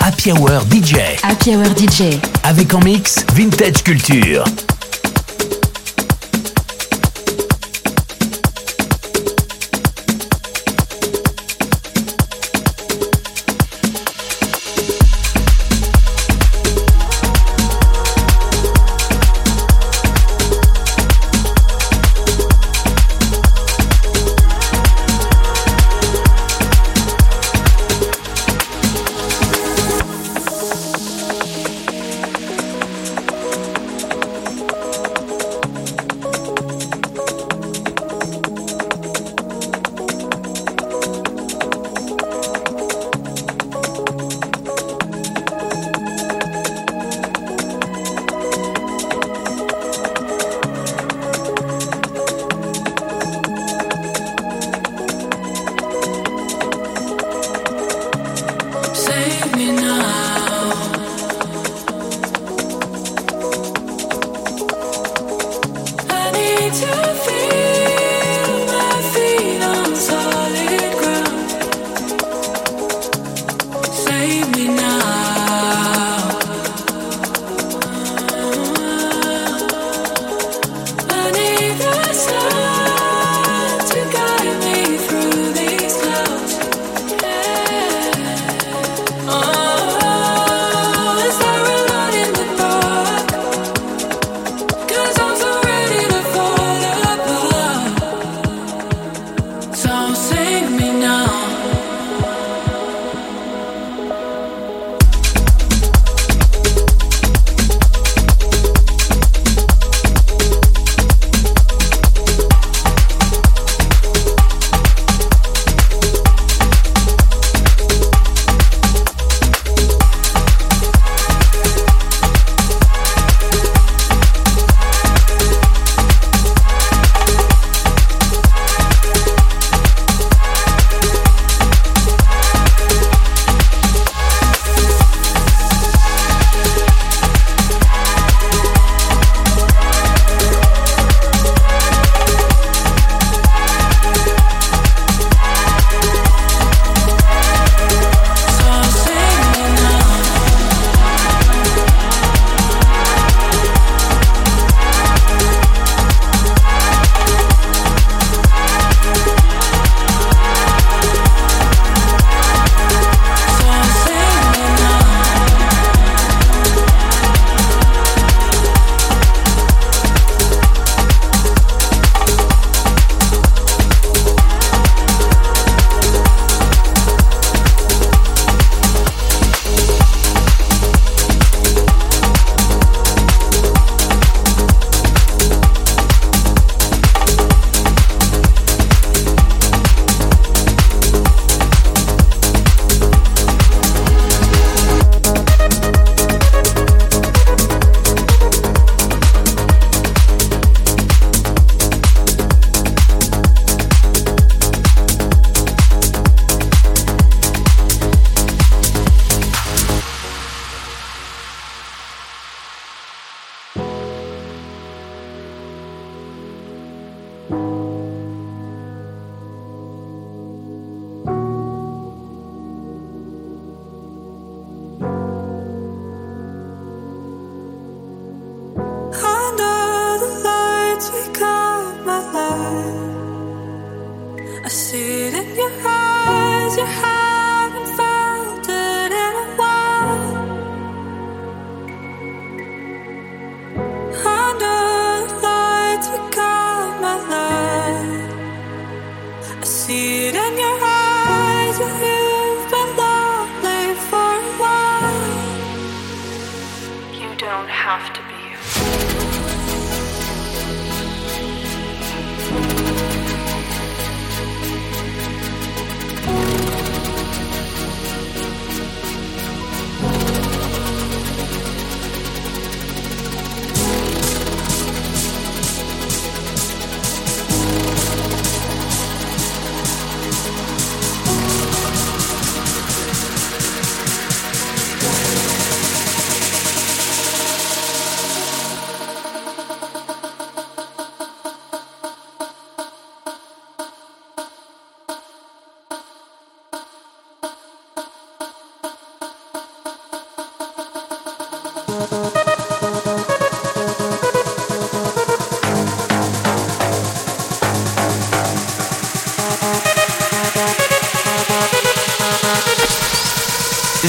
Happy Hour DJ. Happy Hour DJ. Avec en mix Vintage Culture.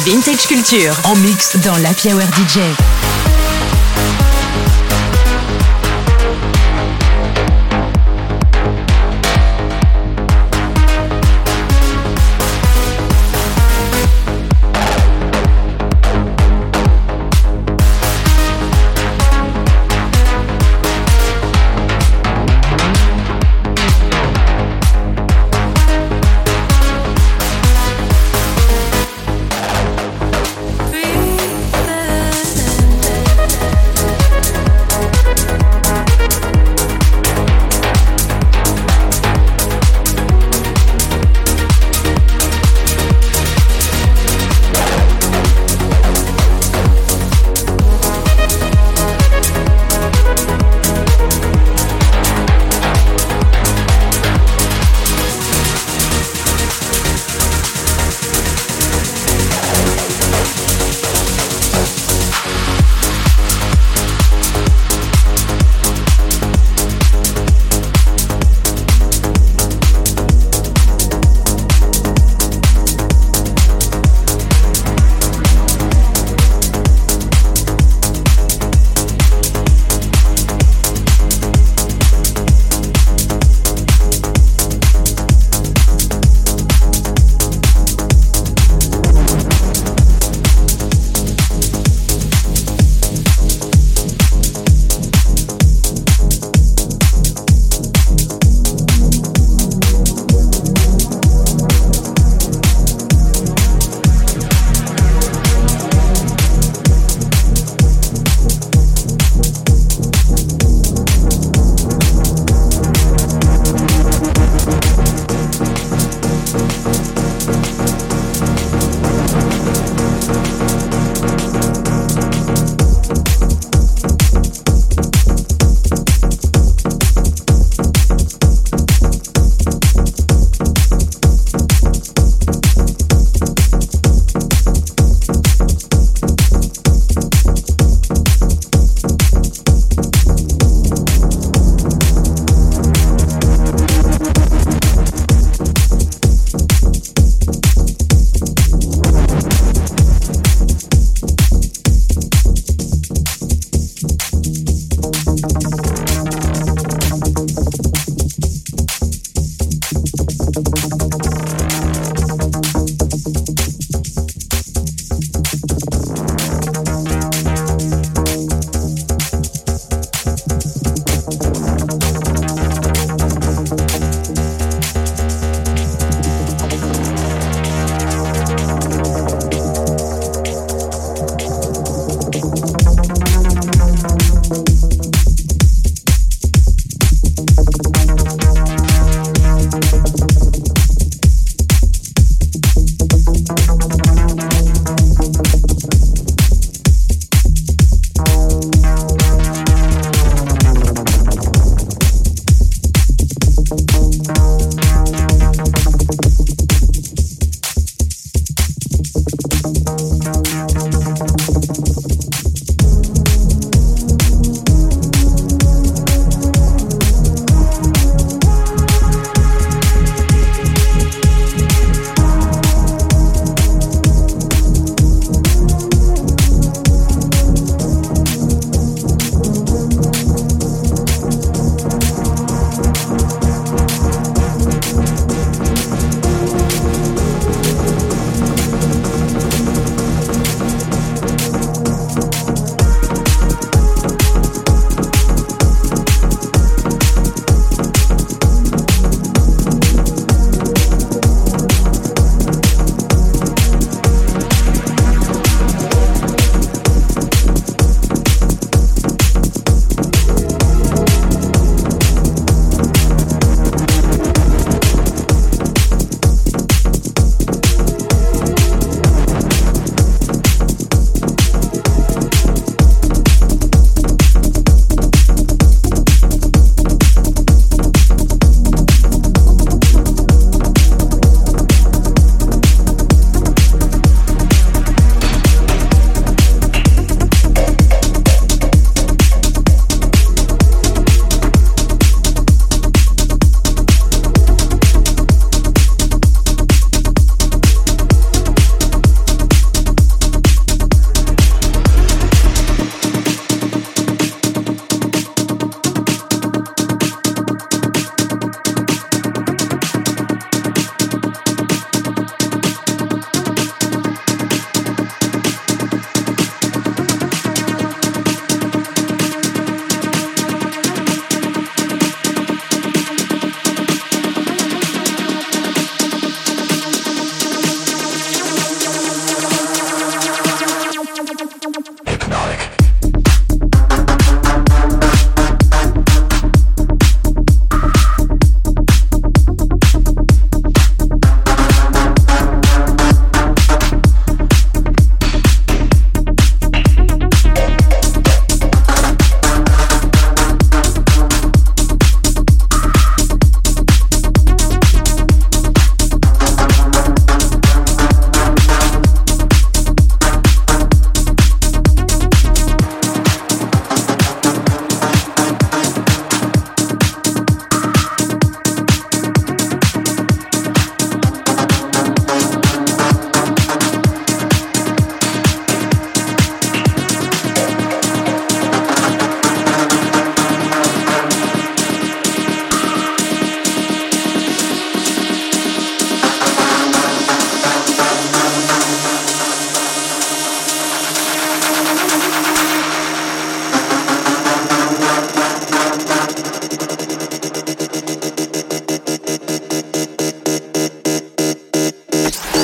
Vintage Culture en mix dans la Hour DJ. Breathe in.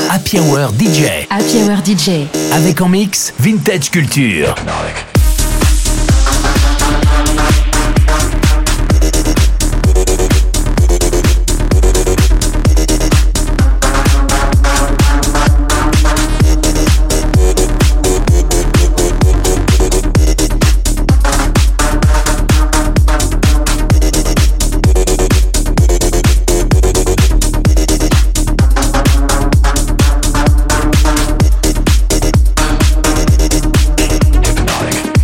Happy Hour DJ. Happy Hour DJ. Avec en mix Vintage Culture. Hypnotic.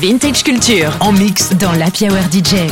Vintage Culture. en mix Dans l'Happy Hour DJ.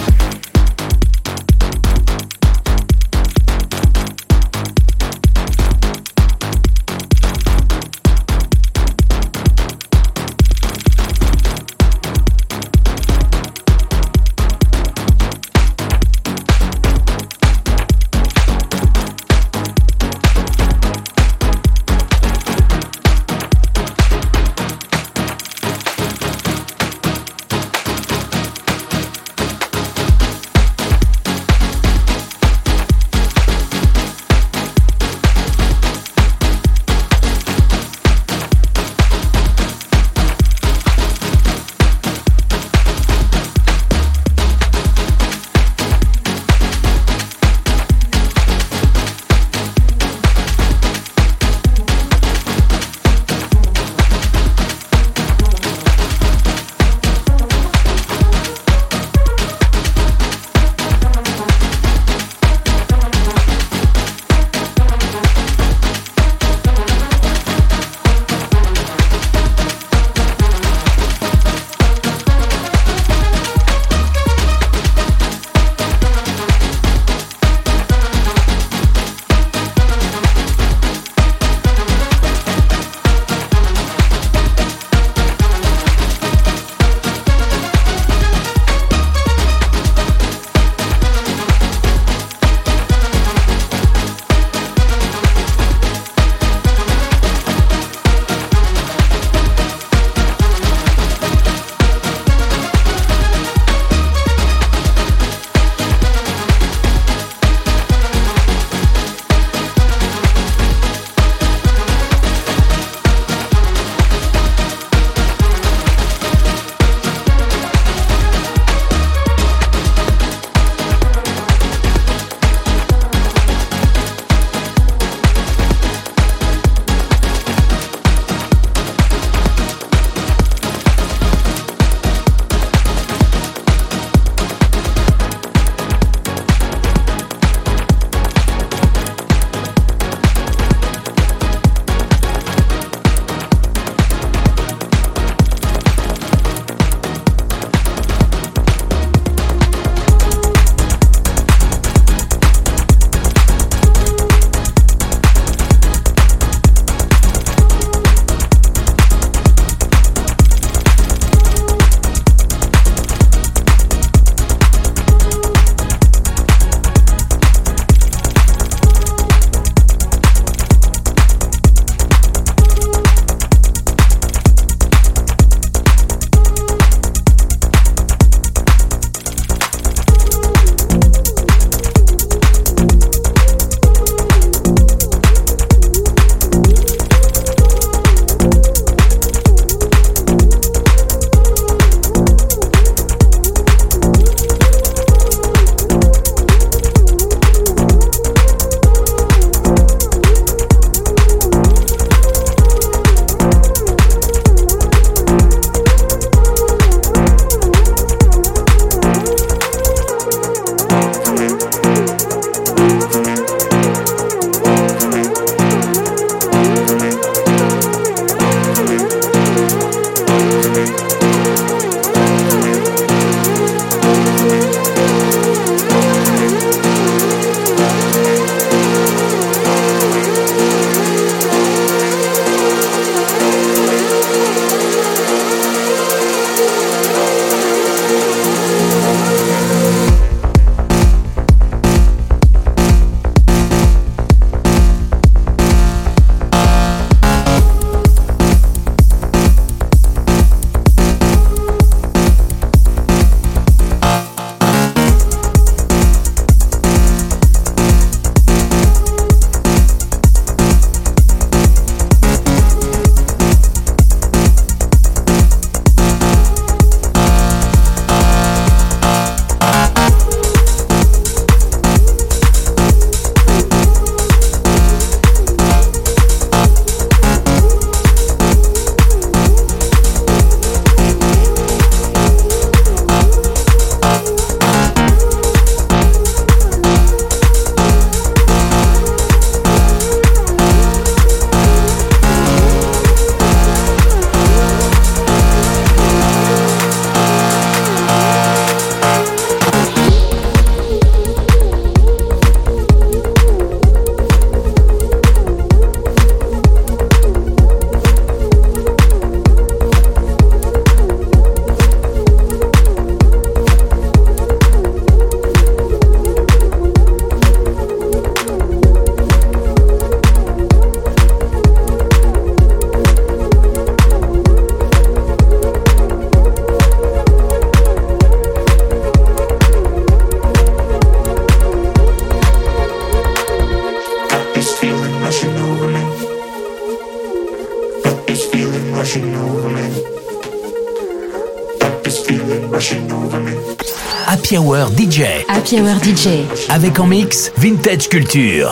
Happy Hour DJ. Happy Hour DJ. Avec en mix Vintage Culture.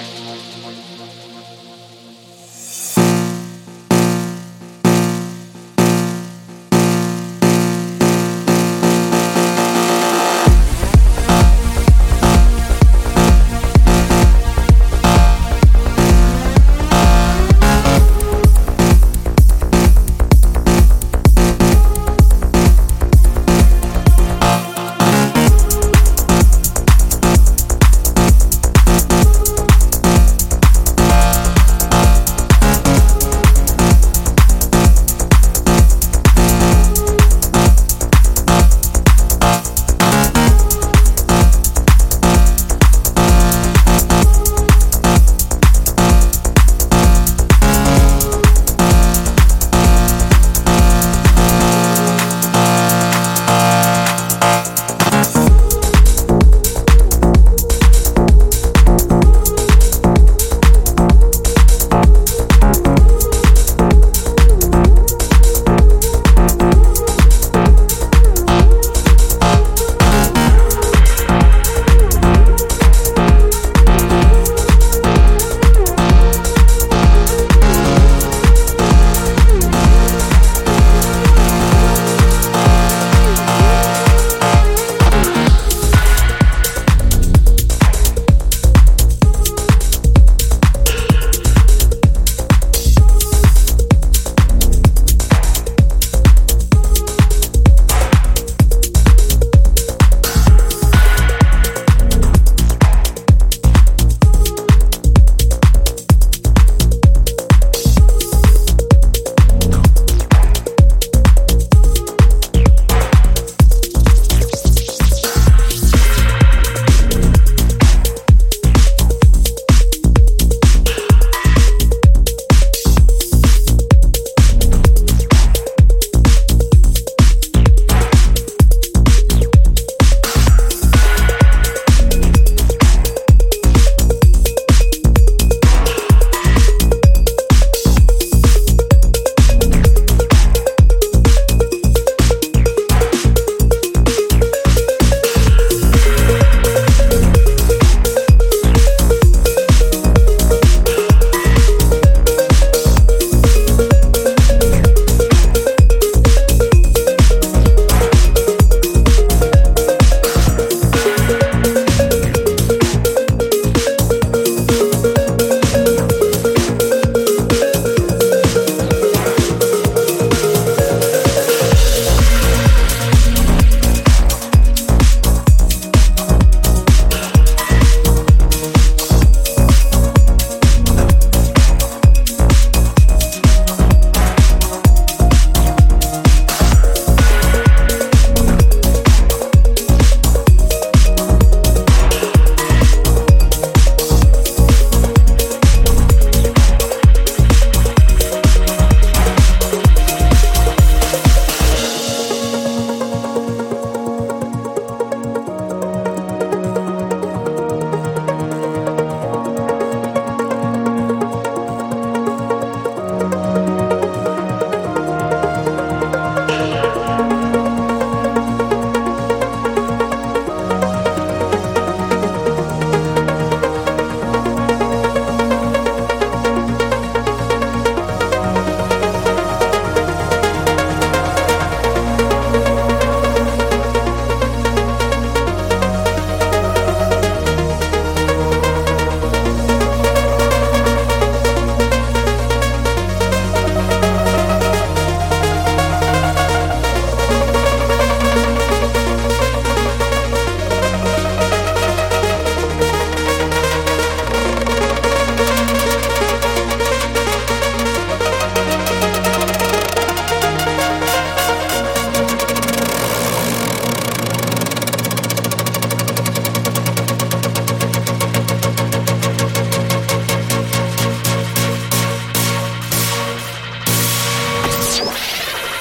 Thank you.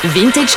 Vintage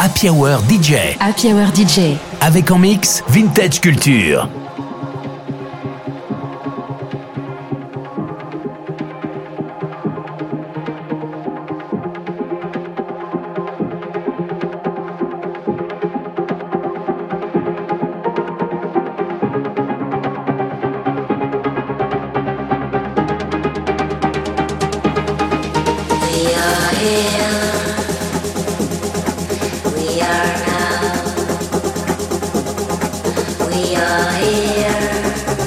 Happy Hour DJ. Happy Hour DJ. Avec en mix Vintage Culture. We are here. We are now. We are here.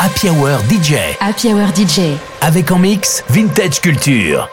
Happy Hour DJ. Happy Hour DJ. Avec en mix Vintage Culture.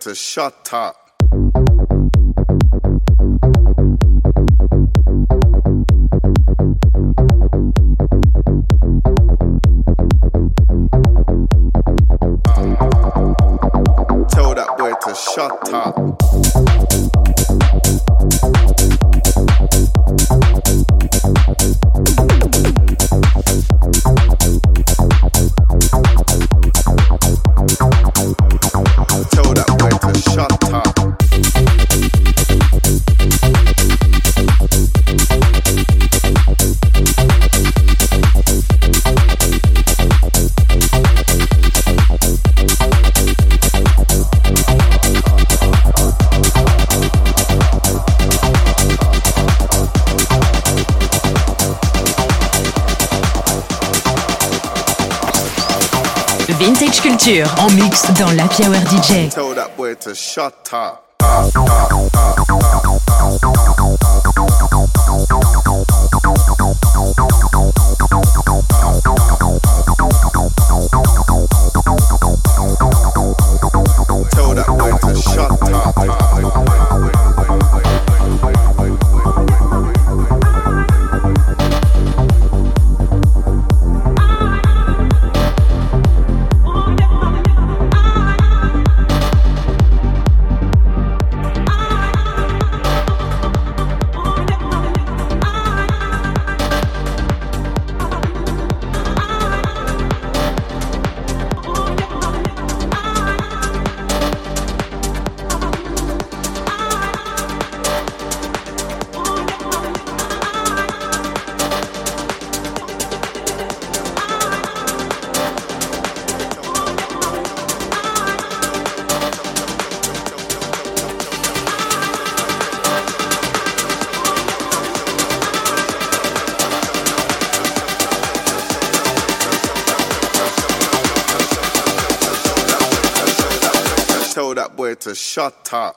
to shut up. Tell that boy to shut up. Culture en mix dans la Hour DJ. Tell that boy to shut up. Tell that boy to shut up. to shut up.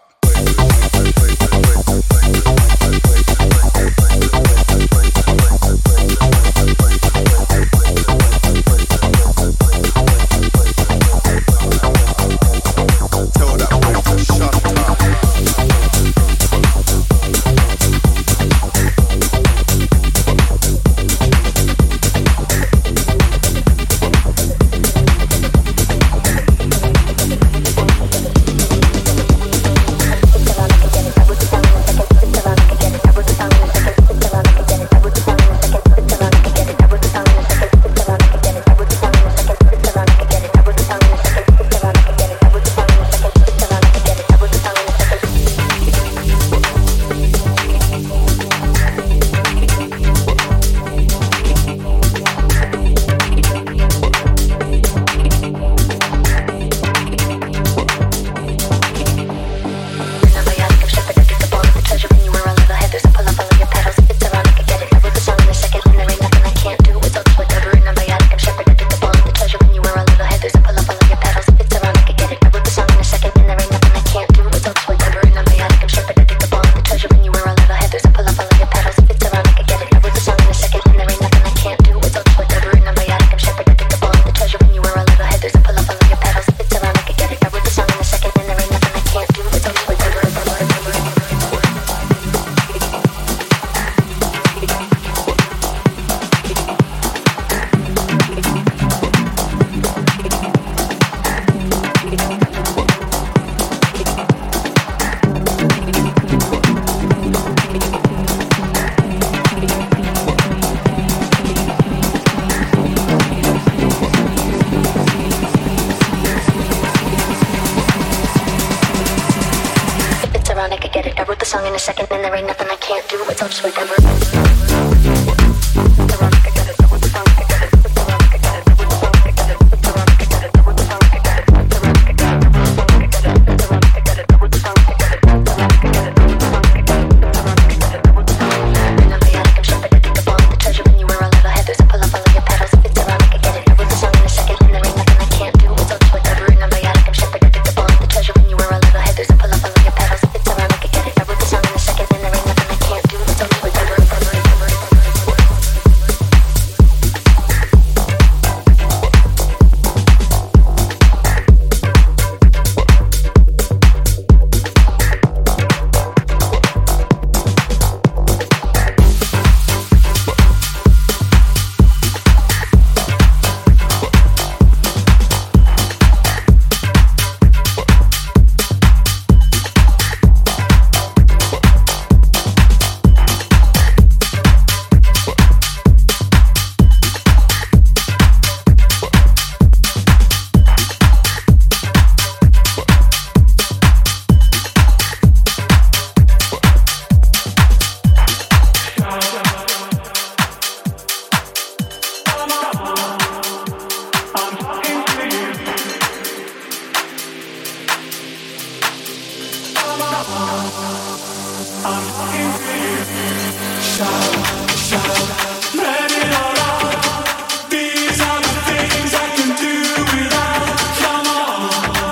Let it all out. These are the things I can do without.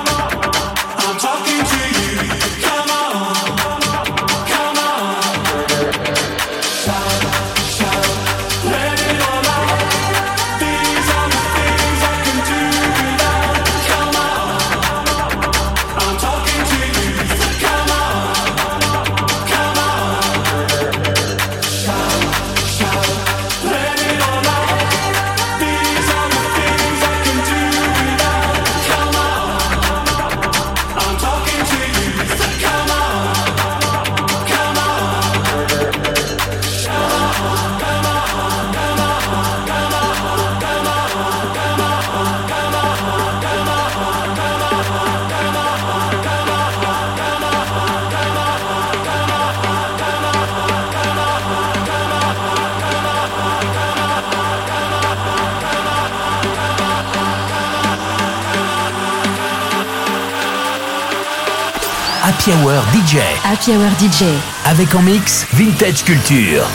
Happy Hour DJ. Happy Hour DJ. Avec en mix Vintage Culture.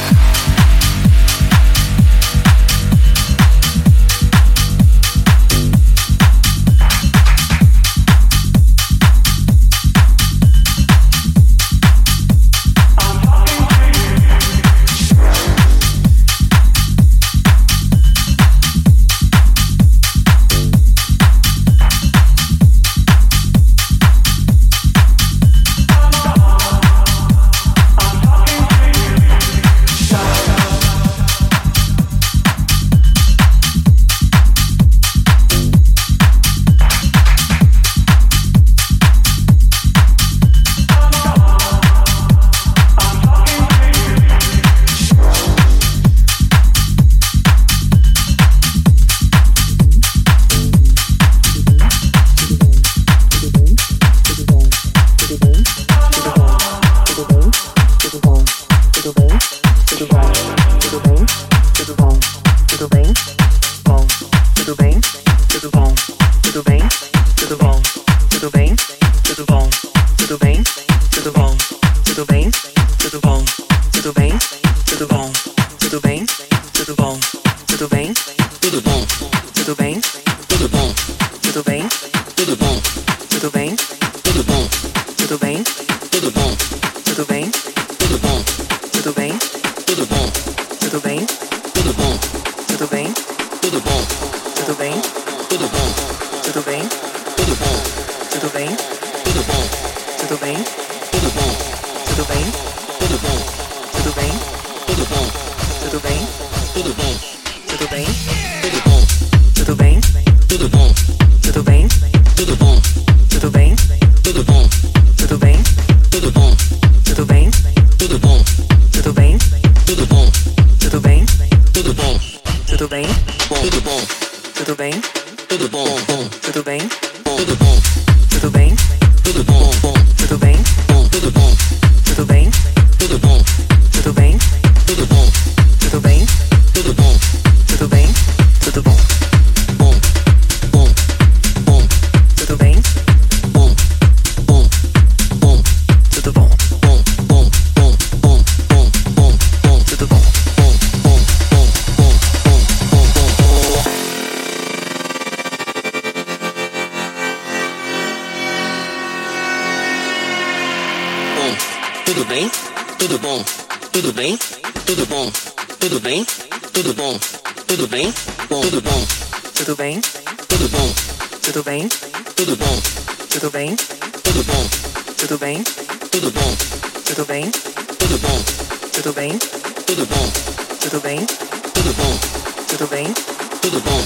tudo bem? Tudo bom?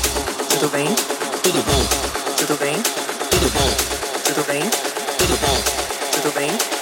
Tudo bem? Tudo bom? Tudo bem?